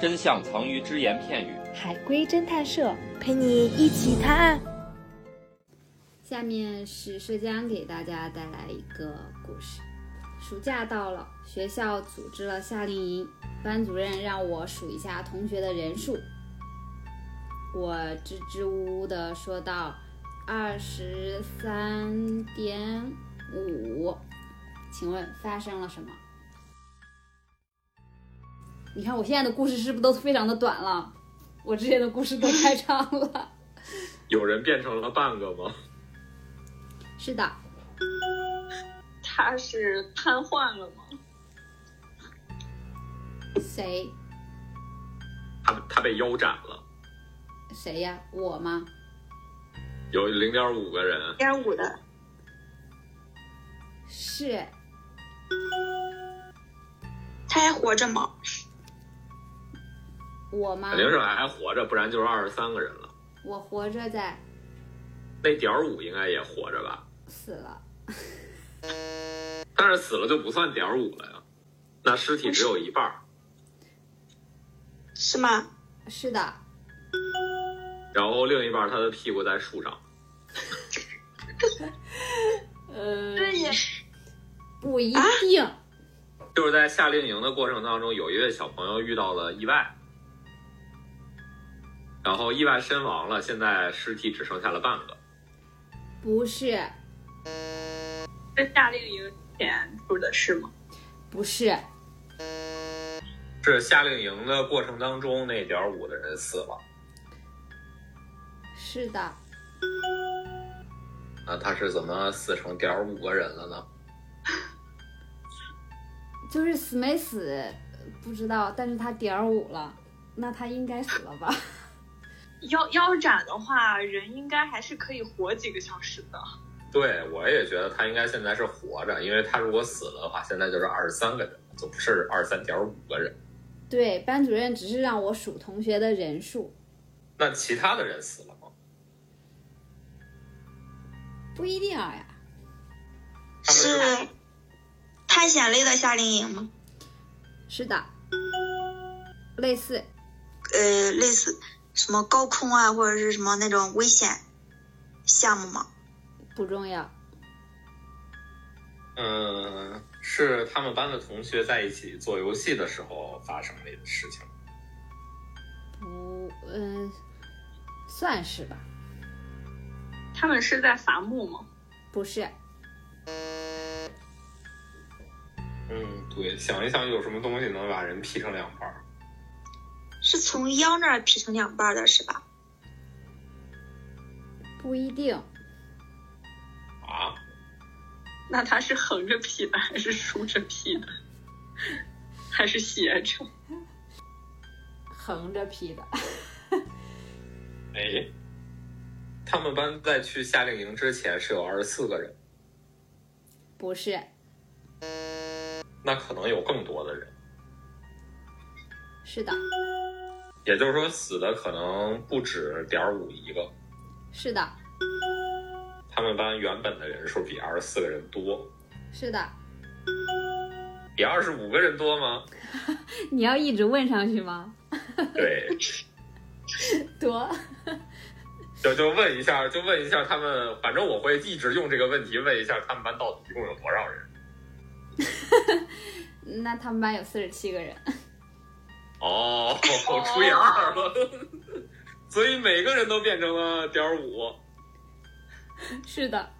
真相藏于只言片语。海龟侦探社陪你一起探案。下面是浙江给大家带来一个故事。暑假到了，学校组织了夏令营，班主任让我数一下同学的人数。我支支吾吾的说道：“二十三点五。”请问发生了什么？你看我现在的故事是不是都非常的短了？我之前的故事都太长了。有人变成了半个吗？ 是的，他是瘫痪了吗？谁？他他被腰斩了。谁呀？我吗？有零点五个人，点五的是他还活着吗？我吗肯？定是还活着，不然就是二十三个人了。我活着在，那点儿五应该也活着吧？死了。但是死了就不算点儿五了呀。那尸体只有一半儿，是吗？是的，然后另一半儿他的屁股在树上。呃，这也不一定。就是在夏令营的过程当中，有一位小朋友遇到了意外，然后意外身亡了，现在尸体只剩下了半个。不是，是夏令营前出的事吗？不是，是夏令营的过程当中，那点儿五的人死了。是的，那他是怎么死成点儿五个人了呢？就是死没死呃不知道，但是他点儿五了，那他应该死了吧？ 腰腰斩的话，人应该还是可以活几个小时的。对，我也觉得他应该现在是活着，因为他如果死了的话，现在就是二十三个人，就不是二三点五个人。对，班主任只是让我数同学的人数，那其他的人死了吗？不一定啊呀。他们是是探险类的夏令营吗？是的，类似，呃，类似什么高空啊，或者是什么那种危险项目吗？不重要。嗯，是他们班的同学在一起做游戏的时候发生的事情。不，嗯、算是吧，他们是在伐木吗？不是，嗯，对，想一想有什么东西能把人劈成两半儿。是从腰那儿劈成两半的，是吧？不一定，啊，那他是横着劈的，还是竖着劈 的，还是斜着？横着劈的。哎，他们班在去夏令营之前是有二十四个人，不是，那可能有更多的人，是的，也就是说死的可能不止点五一个。是的，他们班原本的人数比二十四个人多，是的。比二十五个人多吗？你要一直问上去吗？对，多，就就问一下，就问一下他们，反正我会一直用这个问题问一下他们班到底一共有多少人。那他们班有四十七个人。哦，除以二了， 所以每个人都变成了点五。是的，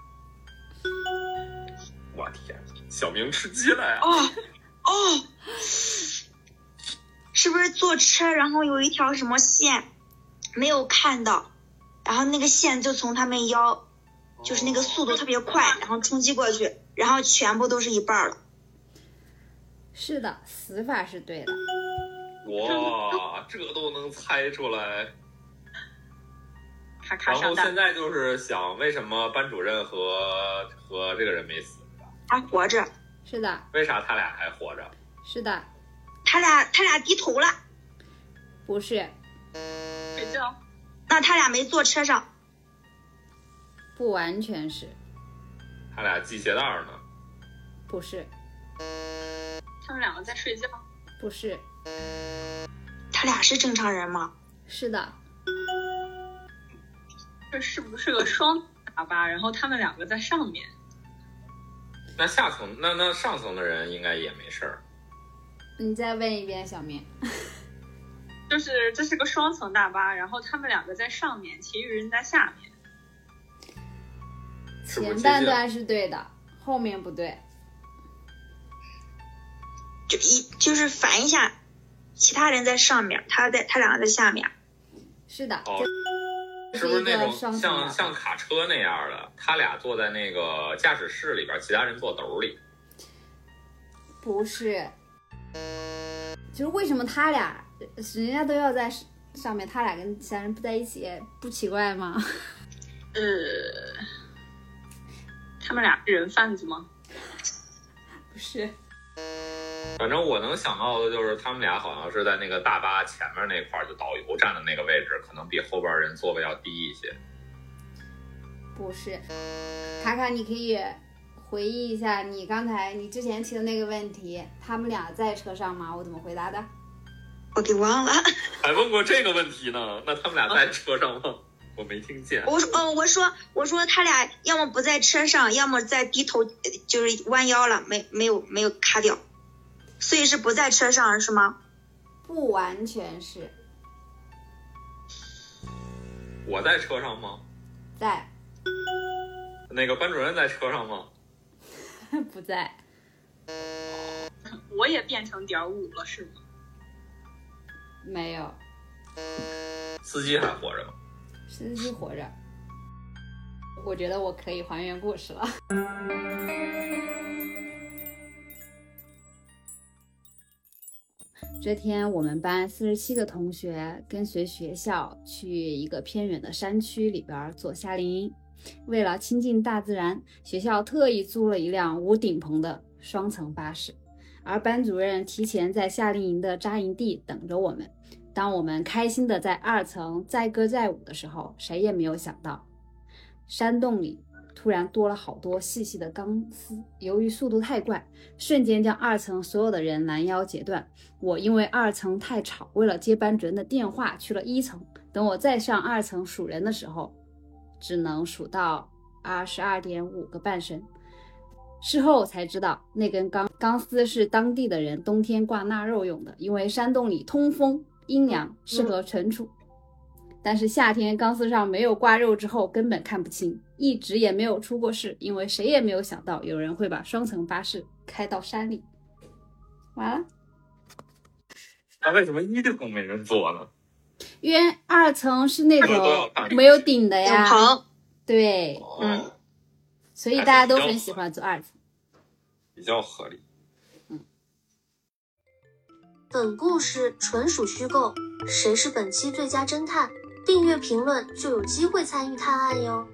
我天，小明吃鸡了呀！哦哦， 是不是坐车，然后有一条什么线没有看到，然后那个线就从他们腰，就是那个速度特别快，然后冲击过去，然后全部都是一半儿了。是的，死法是对的。哇，这都能猜出来。咔咔然后上现弹，在就是想，为什么班主任和和这个人没死？还活着，是的，为啥他俩还活着？是的，他俩他俩低头了，不是，睡觉，那他俩没坐车上。不完全是，他俩系鞋带儿呢？不是，他们两个在睡觉，不是，他他俩是正常人吗？是的，这是不是个双喇叭？然后他们两个在上面，那下层那那上层的人应该也没事儿。你再问一遍，小明。就是这是个双层大巴，然后他们两个在上面，其余人在下面。是不前是半接近段是对的，后面不对。就一就是反一下，其他人在上面，他在他两个在下面。是的，哦这是不是一那个啊种双层像的像卡车那样的？他俩坐在那个驾驶室里边，其他人坐兜里。不是，就是为什么他俩人家都要在上面，他俩跟其他人不在一起，不奇怪吗？呃，他们俩是人贩子吗？不是，反正我能想到的就是，他们俩好像是在那个大巴前面那块儿，就导游站的那个位置，可能比后边人座位要低一些。不是。卡卡，你可以回忆一下你刚才你之前提的那个问题，他们俩在车上吗？我怎么回答的？我给忘了， 还问过这个问题呢？那他们俩哦在车上吗？我没听见。我说哦，我说我说他俩要么不在车上，要么在低头，呃就是弯腰了，没没有没有卡掉，所以是不在车上是吗？不完全是我在车上吗？在，那个班主任在车上吗？ 不在，我也变成点儿五了是吗？没有，司机还活着吗？司机活着。我觉得我可以还原故事了。 这天，我们班四十七个同学跟随学校去一个偏远的山区里边做夏令营。为了亲近大自然，学校特意租了一辆无顶棚的双层巴士，而班主任提前在夏令营的扎营地等着我们。当我们开心的在二层载歌载舞的时候，谁也没有想到，山洞里突然多了好多细细的钢丝。由于速度太快，瞬间将二层所有的人拦腰截断。我因为二层太吵，为了接班主任的电话去了一层。等我再上二层数人的时候，只能数到二十二点五个半声。事后我才知道，那根钢钢丝是当地的人冬天挂腊肉用的，因为山洞里通风阴凉，适合存储。但是夏天钢丝上没有挂肉之后，根本看不清，一直也没有出过事，因为谁也没有想到有人会把双层巴士开到山里。完了，那为什么一层没人坐呢？因为二层是那都要看种没有顶的有呀，棚，对，嗯，哦所以大家都很喜欢坐二层。比较合理。本故事纯属虚构，谁是本期最佳侦探？订阅评论就有机会参与探案哟。